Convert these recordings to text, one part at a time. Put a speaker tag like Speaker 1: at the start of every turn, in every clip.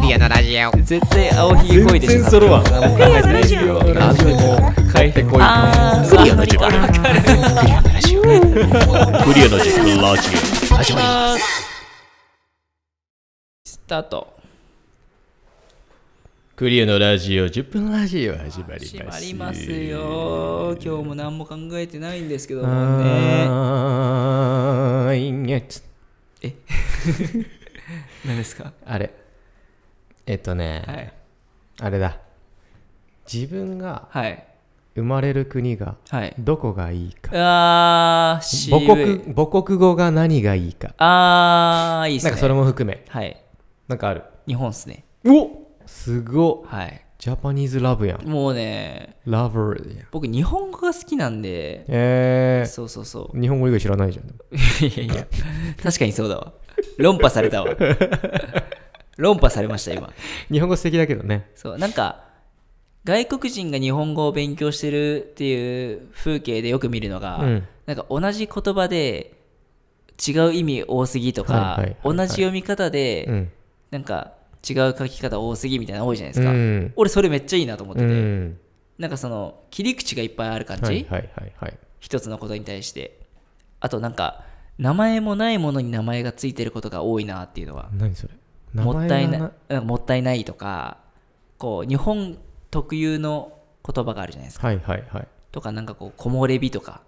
Speaker 1: リアのラジオ
Speaker 2: 絶対青ひげこいでしょ
Speaker 3: 全然揃わん
Speaker 2: 何も考えてないですけど
Speaker 3: ラジオ書いてこい
Speaker 2: あー
Speaker 4: クリアの時間
Speaker 2: わかる
Speaker 4: クリアの時間ラジオ始まります
Speaker 2: スタート
Speaker 4: クリアのラジオ10分ラジオ始まります
Speaker 2: 閉まりますよ今日も何も考えてないんですけどもね
Speaker 3: あーいんやつ
Speaker 2: 何ですか
Speaker 3: あれえっとね、
Speaker 2: はい
Speaker 3: あれだ自分が
Speaker 2: はい
Speaker 3: 生まれる国が
Speaker 2: はい
Speaker 3: どこがいいか
Speaker 2: あー渋
Speaker 3: 母
Speaker 2: い
Speaker 3: 国母国語が何がいいか
Speaker 2: あーいいっす
Speaker 3: な
Speaker 2: ね
Speaker 3: んかそれも含め
Speaker 2: はい
Speaker 3: なんかある
Speaker 2: 日本っすね
Speaker 3: おすごっ
Speaker 2: はい
Speaker 3: ジャパニーズラブやん
Speaker 2: もうね
Speaker 3: ラブやん
Speaker 2: 僕日本語が好きなんで
Speaker 3: え
Speaker 2: そうそうそう
Speaker 3: ー、日本語以外知らないじゃん
Speaker 2: いやいや、確かにそうだわ。論破されたわ。論破されました、今。
Speaker 3: 日本語素敵だけどね
Speaker 2: そう、なんか、外国人が日本語を勉強してるっていう風景でよく見るのが、
Speaker 3: うん
Speaker 2: なんか同じ言葉で違う意味多すぎとか、
Speaker 3: はいはいはいはい
Speaker 2: 同じ読み方で、
Speaker 3: うん
Speaker 2: なんか違う書き方多すぎみたいなの多いじゃないです
Speaker 3: う
Speaker 2: か。
Speaker 3: ん
Speaker 2: 俺それめっちゃいいなと思って
Speaker 3: う
Speaker 2: て、
Speaker 3: ん
Speaker 2: なんかその切り口がいっぱいある感じ、
Speaker 3: はいはいはいはい
Speaker 2: 一つのことに対してあとなんか名前もないものに名前がついてることが多いなっていうのは
Speaker 3: 何それ名前が
Speaker 2: もったいないなんかもったいないとかこう日本特有の言葉があるじゃないですか
Speaker 3: はいはいはい
Speaker 2: とかなんかこう木漏れ日とか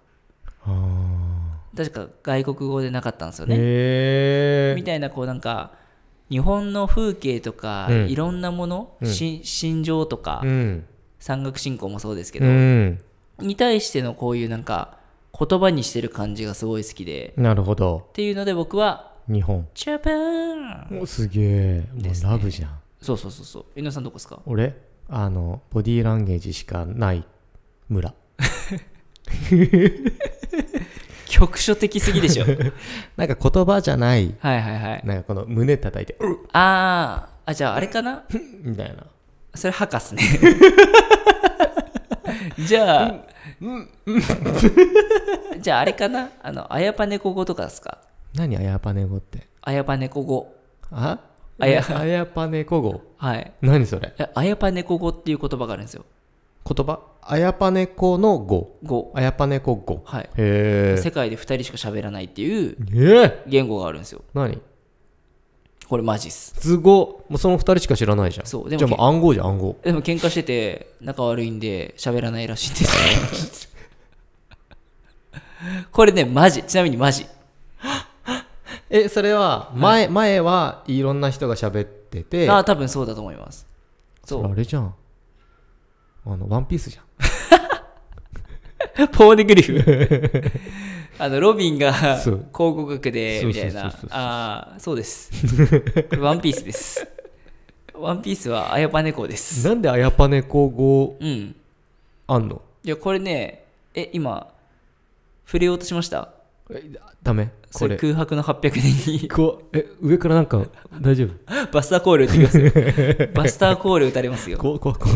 Speaker 3: あ
Speaker 2: 確か外国語でなかったんですよ
Speaker 3: ー
Speaker 2: ね、
Speaker 3: へ
Speaker 2: み
Speaker 3: え
Speaker 2: たいなこうなんか日本の風景とか、
Speaker 3: うん
Speaker 2: いろんなもの、
Speaker 3: うん
Speaker 2: し心情とか、
Speaker 3: うん
Speaker 2: 山岳信仰もそうですけ
Speaker 3: う
Speaker 2: ど、
Speaker 3: ん
Speaker 2: に対してのこういうなんか言葉にしてる感じがすごい好きで
Speaker 3: なるほど
Speaker 2: っていうので僕は
Speaker 3: 日本
Speaker 2: ジャパン
Speaker 3: おすげえも
Speaker 2: です
Speaker 3: う
Speaker 2: ね
Speaker 3: ラブじゃん
Speaker 2: そうそうそうそう。井上さんどこです か
Speaker 3: 俺あのボディーランゲージしかない村
Speaker 2: 局所的すぎでしょ。はい
Speaker 3: なんか言葉じゃない
Speaker 2: はいはい。
Speaker 3: なんかこの胸叩いて「うっ!
Speaker 2: あー、あ、じゃああれかな」
Speaker 3: みたいな
Speaker 2: それ博士ね。 じゃあ、じゃああれかなあの、あやぱねこ語とかですか
Speaker 3: 何あやぱね語って
Speaker 2: あやぱねこ語。
Speaker 3: あ
Speaker 2: あや
Speaker 3: あやぱねこ語
Speaker 2: はい。
Speaker 3: 何それ
Speaker 2: えあやぱねこ語っていう言葉があるんですよ。
Speaker 3: 言葉あやぱねこの語
Speaker 2: 語。
Speaker 3: あやぱねこ語
Speaker 2: はい。
Speaker 3: へえ
Speaker 2: 世界で2人しか喋らないっていう
Speaker 3: ええ
Speaker 2: 言語があるんですよ。
Speaker 3: 何
Speaker 2: これマジっす。
Speaker 3: 図語もうその二人しか知らないじゃん
Speaker 2: そうでも
Speaker 3: じゃあもう暗号じゃん暗号
Speaker 2: でも喧嘩してて仲悪いんで喋らないらしいんですよこれねマジちなみにマジ
Speaker 3: えそれは前、前はいろんな人が喋ってて
Speaker 2: ああ多分そうだと思いますそ
Speaker 3: それあ
Speaker 2: う
Speaker 3: れじゃんあのワンピースじゃん
Speaker 2: ポーデグリフ あのロビンが
Speaker 3: そう
Speaker 2: 広告学でみたい
Speaker 3: そう
Speaker 2: な
Speaker 3: そうそうそうそう
Speaker 2: ああそうですこれワンピースですワンピースはあやぱ猫です
Speaker 3: なんであやぱねこ語
Speaker 2: うん
Speaker 3: あんの
Speaker 2: いやこれねえ今触れようとしました
Speaker 3: えダメ
Speaker 2: そ
Speaker 3: こ
Speaker 2: れ
Speaker 3: れ
Speaker 2: 空白の800年に
Speaker 3: こえ上からなんか大丈夫
Speaker 2: バスターコール打ってきますよバスターコール打たれますよ
Speaker 3: こうこうこ う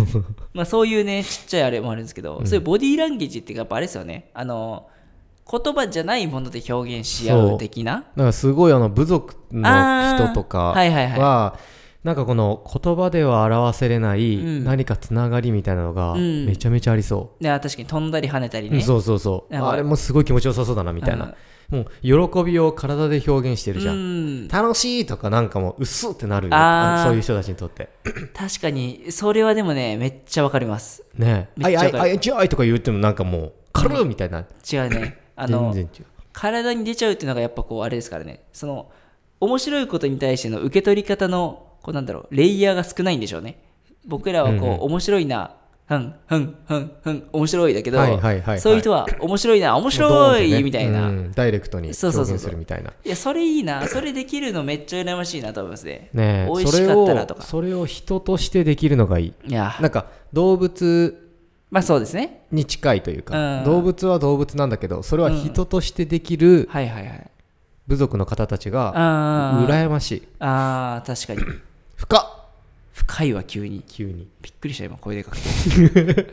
Speaker 2: まあ、そういうねちっちゃいあれもあるんですけど、そういうボディーランゲージっていうかやっぱあれですよねあの言葉じゃないもので表現し合
Speaker 3: そう
Speaker 2: う的な
Speaker 3: なんかすごいあの部族の
Speaker 2: あー
Speaker 3: 人とかは、
Speaker 2: はいはい
Speaker 3: なんかこの言葉では表せれない
Speaker 2: うん
Speaker 3: 何かつながりみたいなのが
Speaker 2: うん
Speaker 3: めちゃめちゃありそ
Speaker 2: ね確かに飛んだり跳ねたり
Speaker 3: う、
Speaker 2: ね、
Speaker 3: うんそうそうそう
Speaker 2: なんか
Speaker 3: あれもすごい気持ちよさそうだなみたいな、もう喜びを体で表現してるじゃん、
Speaker 2: うん
Speaker 3: 楽しいとかなんかもううっすってなるよ
Speaker 2: あー
Speaker 3: あのそういう人たちにとって
Speaker 2: 確かにそれはでもねめっちゃわかります
Speaker 3: ねえ「あ
Speaker 2: めっちゃ
Speaker 3: いあ
Speaker 2: わ
Speaker 3: い
Speaker 2: かる
Speaker 3: あいじゃあい」とか言ってもなんかもう「軽る!」みたいな
Speaker 2: 違う ねあ
Speaker 3: 全
Speaker 2: の
Speaker 3: 然違う
Speaker 2: 体に出ちゃうっていうのがやっぱこうあれですからねその面白いことに対しての受け取り方のこうなんだろうレイヤーが少ないんでしょうね僕らはこう、面白いなふんふんふんふん面白いだけど、
Speaker 3: はいはいはいはい
Speaker 2: そういう人は面白いな面
Speaker 3: ドーンっ
Speaker 2: 白
Speaker 3: て
Speaker 2: い、
Speaker 3: ね
Speaker 2: みたいな、
Speaker 3: うんダイレクトに表
Speaker 2: そうそうそうそう
Speaker 3: 現するみたいない
Speaker 2: やそれいいなそれできるのめっちゃ羨ましいなと思いますね
Speaker 3: ね
Speaker 2: 美
Speaker 3: え
Speaker 2: 味
Speaker 3: そ
Speaker 2: し
Speaker 3: れ
Speaker 2: かったらと
Speaker 3: を
Speaker 2: か
Speaker 3: それを人としてできるのがいい
Speaker 2: いや
Speaker 3: なんか動物
Speaker 2: まあそうですね
Speaker 3: に近いというか、
Speaker 2: うん
Speaker 3: 動物は動物なんだけどそれは人としてできる
Speaker 2: はいはいはい
Speaker 3: 部族の方たちが
Speaker 2: あー
Speaker 3: 羨ましい
Speaker 2: あー確かに
Speaker 3: 深っ
Speaker 2: 深いわ急に
Speaker 3: 急に
Speaker 2: びっくりした今声でかくて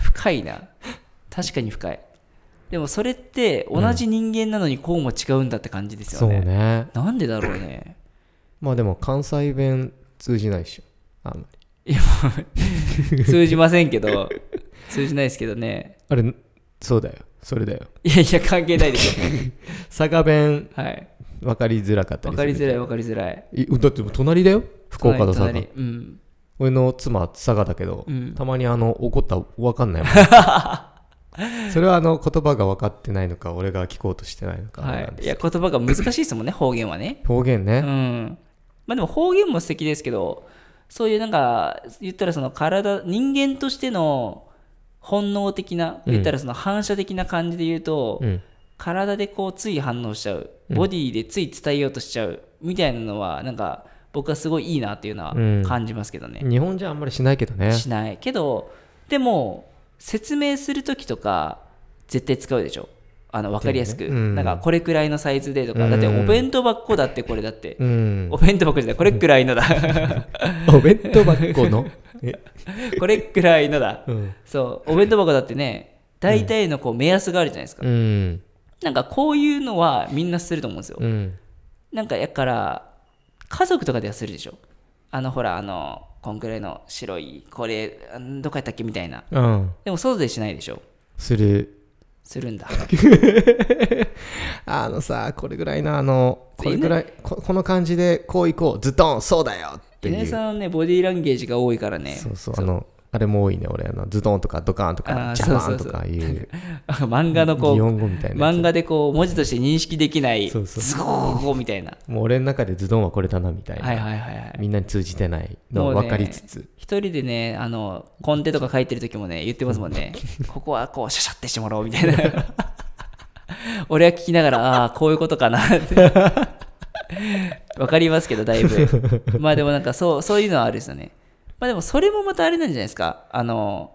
Speaker 2: 深いな確かに深いでもそれって同じ人間なのにこうも違うんだって感じです
Speaker 3: そ
Speaker 2: よね,、
Speaker 3: うね
Speaker 2: なんでだろうね
Speaker 3: まあでも関西弁通じないでしょあんまり
Speaker 2: 通じませんけど通じないですけどね
Speaker 3: あれそうだよそれだよ
Speaker 2: いやいや関係ないでし
Speaker 3: 佐賀弁
Speaker 2: ょはい
Speaker 3: 分かりづらかった
Speaker 2: 分
Speaker 3: り
Speaker 2: かりづらい
Speaker 3: い
Speaker 2: 分かりづらい
Speaker 3: だってもう隣だよ福岡と佐賀
Speaker 2: 隣隣うん
Speaker 3: 俺の妻佐賀だけど、
Speaker 2: うん
Speaker 3: たまにあの怒った分かんないもん それはあの言葉が分かってないのか俺が聞こうとしてないのかあ
Speaker 2: は
Speaker 3: れなん
Speaker 2: い
Speaker 3: で
Speaker 2: い
Speaker 3: す
Speaker 2: や言葉が難しいですもんね方言はね
Speaker 3: 表現ね、
Speaker 2: うん、まあでも方言も素敵ですけどそういうなんか言ったらその体人間としての本能的な
Speaker 3: うん
Speaker 2: 言ったらその反射的な感じで言うと、
Speaker 3: うん
Speaker 2: 体でこうつい反応しちゃうボディでつい伝えようとしちゃうみたいなのはなんか僕はすごいいいなっていうのは
Speaker 3: うん
Speaker 2: 感じますけどね、
Speaker 3: 日本じゃあんまりしないけどね
Speaker 2: しないけどでも説明する時とか絶対使うでしょあの分かりやすく、
Speaker 3: でもねうん
Speaker 2: なんかこれくらいのサイズでとか、だってお弁当箱だってこれだって
Speaker 3: うん
Speaker 2: お弁当箱じゃないこれくらいのだ
Speaker 3: お弁当箱の え、
Speaker 2: これくらいのだ
Speaker 3: うん
Speaker 2: そうお弁当箱だってね大体のこう目安があるじゃないですか、
Speaker 3: うん
Speaker 2: なんかこういうのはみんなすると思うんですよ、
Speaker 3: うん
Speaker 2: なんかやから家族とかではするでしょあのほらあのこんくらいの白いこれあんどこやったっけみたいな
Speaker 3: うん
Speaker 2: でも外でしないでしょ
Speaker 3: する
Speaker 2: するんだ
Speaker 3: あのさこれぐらいのあのこれぐらいここの感じでこういこうズドンそうだよって
Speaker 2: 稲
Speaker 3: い
Speaker 2: 井
Speaker 3: う
Speaker 2: さんはねボディーランゲージが多いからね
Speaker 3: そうそうあのあれも多いね俺あのズドンとかドカーンと
Speaker 2: あ
Speaker 3: か
Speaker 2: ー
Speaker 3: ジャバーン
Speaker 2: そう
Speaker 3: と
Speaker 2: そうそう
Speaker 3: かいう
Speaker 2: 漫画のこ
Speaker 3: 擬
Speaker 2: う
Speaker 3: 音語みたいなやつ
Speaker 2: 漫画でこう文字として認識できない
Speaker 3: そうそう
Speaker 2: ズゴーゴーみたいな
Speaker 3: もう俺の中でズドンはこれだなみたいな、
Speaker 2: はいはいはいはい
Speaker 3: みんなに通じてないの
Speaker 2: も
Speaker 3: を
Speaker 2: うね
Speaker 3: 分かりつつ、
Speaker 2: 一人でねあのコンテとか書いてる時もね言ってますもん ねここはこうシャシャってしてもらおうみたいな 俺は聞きながらああーこういうことかなって わかりますけどだいぶまあでもなんかそうそういうのはあるですよねまあでもそれもまたあれなんじゃないですかあの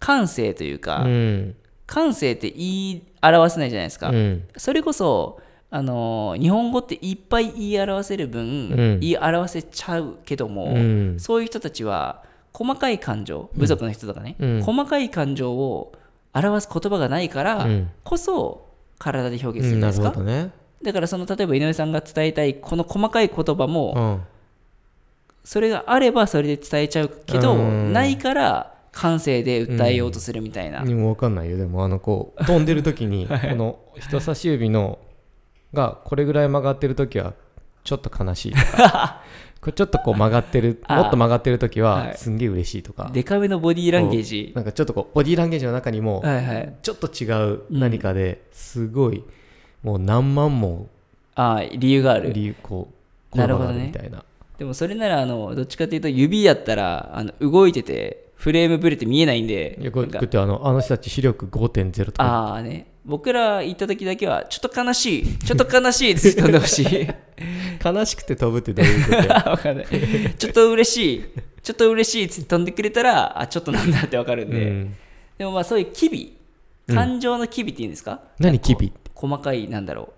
Speaker 2: 感性というか、
Speaker 3: うん
Speaker 2: 感性って言い表せないじゃないですか、
Speaker 3: うん
Speaker 2: それこそあの日本語っていっぱい言い表せる分、
Speaker 3: うん
Speaker 2: 言い表せちゃうけども、
Speaker 3: うん
Speaker 2: そういう人たちは細かい感情部族の人とかね、
Speaker 3: うん
Speaker 2: 細かい感情を表す言葉がないから
Speaker 3: うん
Speaker 2: こそ体で表
Speaker 3: う
Speaker 2: 現する
Speaker 3: ん
Speaker 2: んで
Speaker 3: な
Speaker 2: す
Speaker 3: る
Speaker 2: か、
Speaker 3: ほどね、
Speaker 2: だからその例えば井上さんが伝えたいこの細かい言葉も、
Speaker 3: うん、
Speaker 2: それがあればそれで伝えちゃうけど、
Speaker 3: うん
Speaker 2: ないから感性で訴えようとするみたいな、
Speaker 3: にも分かんないよでもあのこう飛んでる 時にこの人差し指のがこれぐらい曲がってる時はちょっと悲しいとか これちょっとこう曲がってる
Speaker 2: あー
Speaker 3: もっと曲がってる時
Speaker 2: は
Speaker 3: はいすんげえ嬉しいとか、
Speaker 2: デカめのボディーランゲージ
Speaker 3: なんかちょっとこうボディーランゲージの中にも
Speaker 2: はいはい
Speaker 3: ちょっと違う何かですごいもう何万も
Speaker 2: ああ理由がある
Speaker 3: 理由こう
Speaker 2: なるほど
Speaker 3: 言葉があ
Speaker 2: ね
Speaker 3: みたいな
Speaker 2: でもそれならあのどっちかというと指やったらあの動いててフレームブレて見えないんで
Speaker 3: いやこれ
Speaker 2: なんか
Speaker 3: だってあのあの人たち視力5.0とか
Speaker 2: ああね僕ら行った時だけはちょっと悲しいちょっと悲しいって飛んでほしい
Speaker 3: 悲しくて飛ぶってどういうこと
Speaker 2: わかんないちょっと嬉しいちょっと嬉しいって飛んでくれたらあちょっとなんだってわかるん
Speaker 3: う
Speaker 2: で、
Speaker 3: ん
Speaker 2: でもまあそういう機微感情の機微っていうんですか、
Speaker 3: 何機微って
Speaker 2: 細かいなんだろ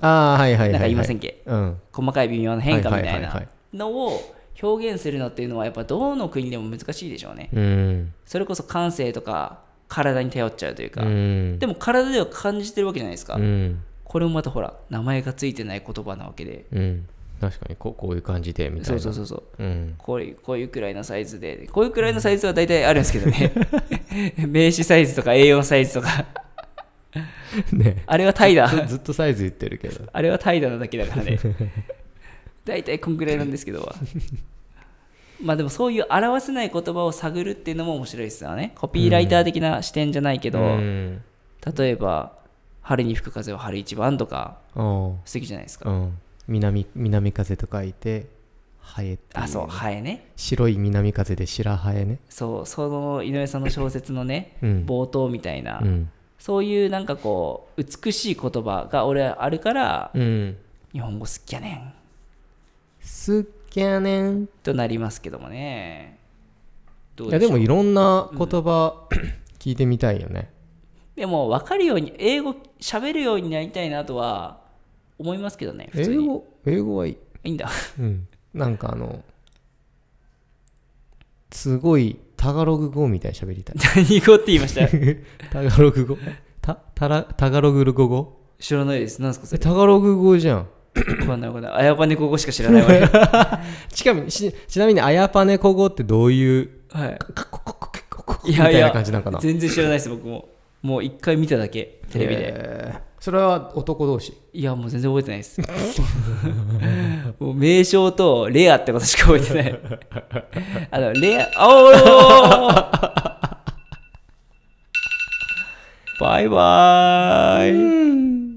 Speaker 3: ああはいは
Speaker 2: う
Speaker 3: いはい、はい、
Speaker 2: なんか言いませ
Speaker 3: ん
Speaker 2: んけ
Speaker 3: うん
Speaker 2: 細かい微妙な変化みた
Speaker 3: はいいはいはいは
Speaker 2: ないのを表現するのっていうのはやっぱどの国でも難しいでしょうね
Speaker 3: うん
Speaker 2: それこそ感性とか体に頼っちゃうというか、
Speaker 3: うん
Speaker 2: でも体では感じてるわけじゃないですか、
Speaker 3: うん
Speaker 2: これもまたほら名前がついてない言葉なわけで
Speaker 3: うん確かにこうこういう感じでみたい
Speaker 2: そう
Speaker 3: な
Speaker 2: そう
Speaker 3: う
Speaker 2: そうそう
Speaker 3: うん
Speaker 2: こういうこういうくらいのサイズでこういうくらいのサイズは大体あるんですけど ね名刺サイズとか A4 サイズとか
Speaker 3: ね
Speaker 2: あれは怠
Speaker 3: ず
Speaker 2: 惰
Speaker 3: ずっとサイズ言ってるけど
Speaker 2: あれは怠惰なだけだからね大体こんくらいなんですけどはまあでもそういう表せない言葉を探るっていうのも面白いですよねコピーライター的な視点じゃないけど、
Speaker 3: うん
Speaker 2: 例えば「春に吹く風は春一番」とか
Speaker 3: おう
Speaker 2: 素敵じゃないですか、
Speaker 3: うん南南風と書いてハエってい
Speaker 2: あそうハエね
Speaker 3: 白い南風で白ハエね
Speaker 2: そうその井上さんの小説のね
Speaker 3: うん
Speaker 2: 冒頭みたいな、
Speaker 3: うん
Speaker 2: そういうなんかこう美しい言葉が俺はあるから、
Speaker 3: うん
Speaker 2: 日本語好きやねん
Speaker 3: すっきゃねん
Speaker 2: となりますけどもねどう
Speaker 3: い
Speaker 2: で
Speaker 3: や
Speaker 2: しょ
Speaker 3: で
Speaker 2: う
Speaker 3: もいろんな言葉聞いてみたいよね
Speaker 2: でも分かるように英語喋るようになりたいなとは思いますけどね普通
Speaker 3: 英
Speaker 2: に
Speaker 3: 語英語はいい
Speaker 2: いいんだ
Speaker 3: うんなんかあのすごいタガログ語みたいに喋 りたい
Speaker 2: 何語って言いま した
Speaker 3: タガログ語タタラタガログ語
Speaker 2: 知らないです何ですかそ
Speaker 3: え
Speaker 2: れ
Speaker 3: タガログ語じゃん
Speaker 2: こんなことあやばねここしか知らないわよ
Speaker 3: ちなみにしちなみにあやぱねこ語ってどういう
Speaker 2: はい
Speaker 3: カココココココ
Speaker 2: い
Speaker 3: み
Speaker 2: や
Speaker 3: た
Speaker 2: いや
Speaker 3: いな感じなんかな
Speaker 2: 全然知らないです僕ももう一回見ただけテレビで
Speaker 3: でそれは男同士
Speaker 2: いやもう全然覚えてないですもう名称とレアってことしか覚えてないあのレアあおーバイバーイ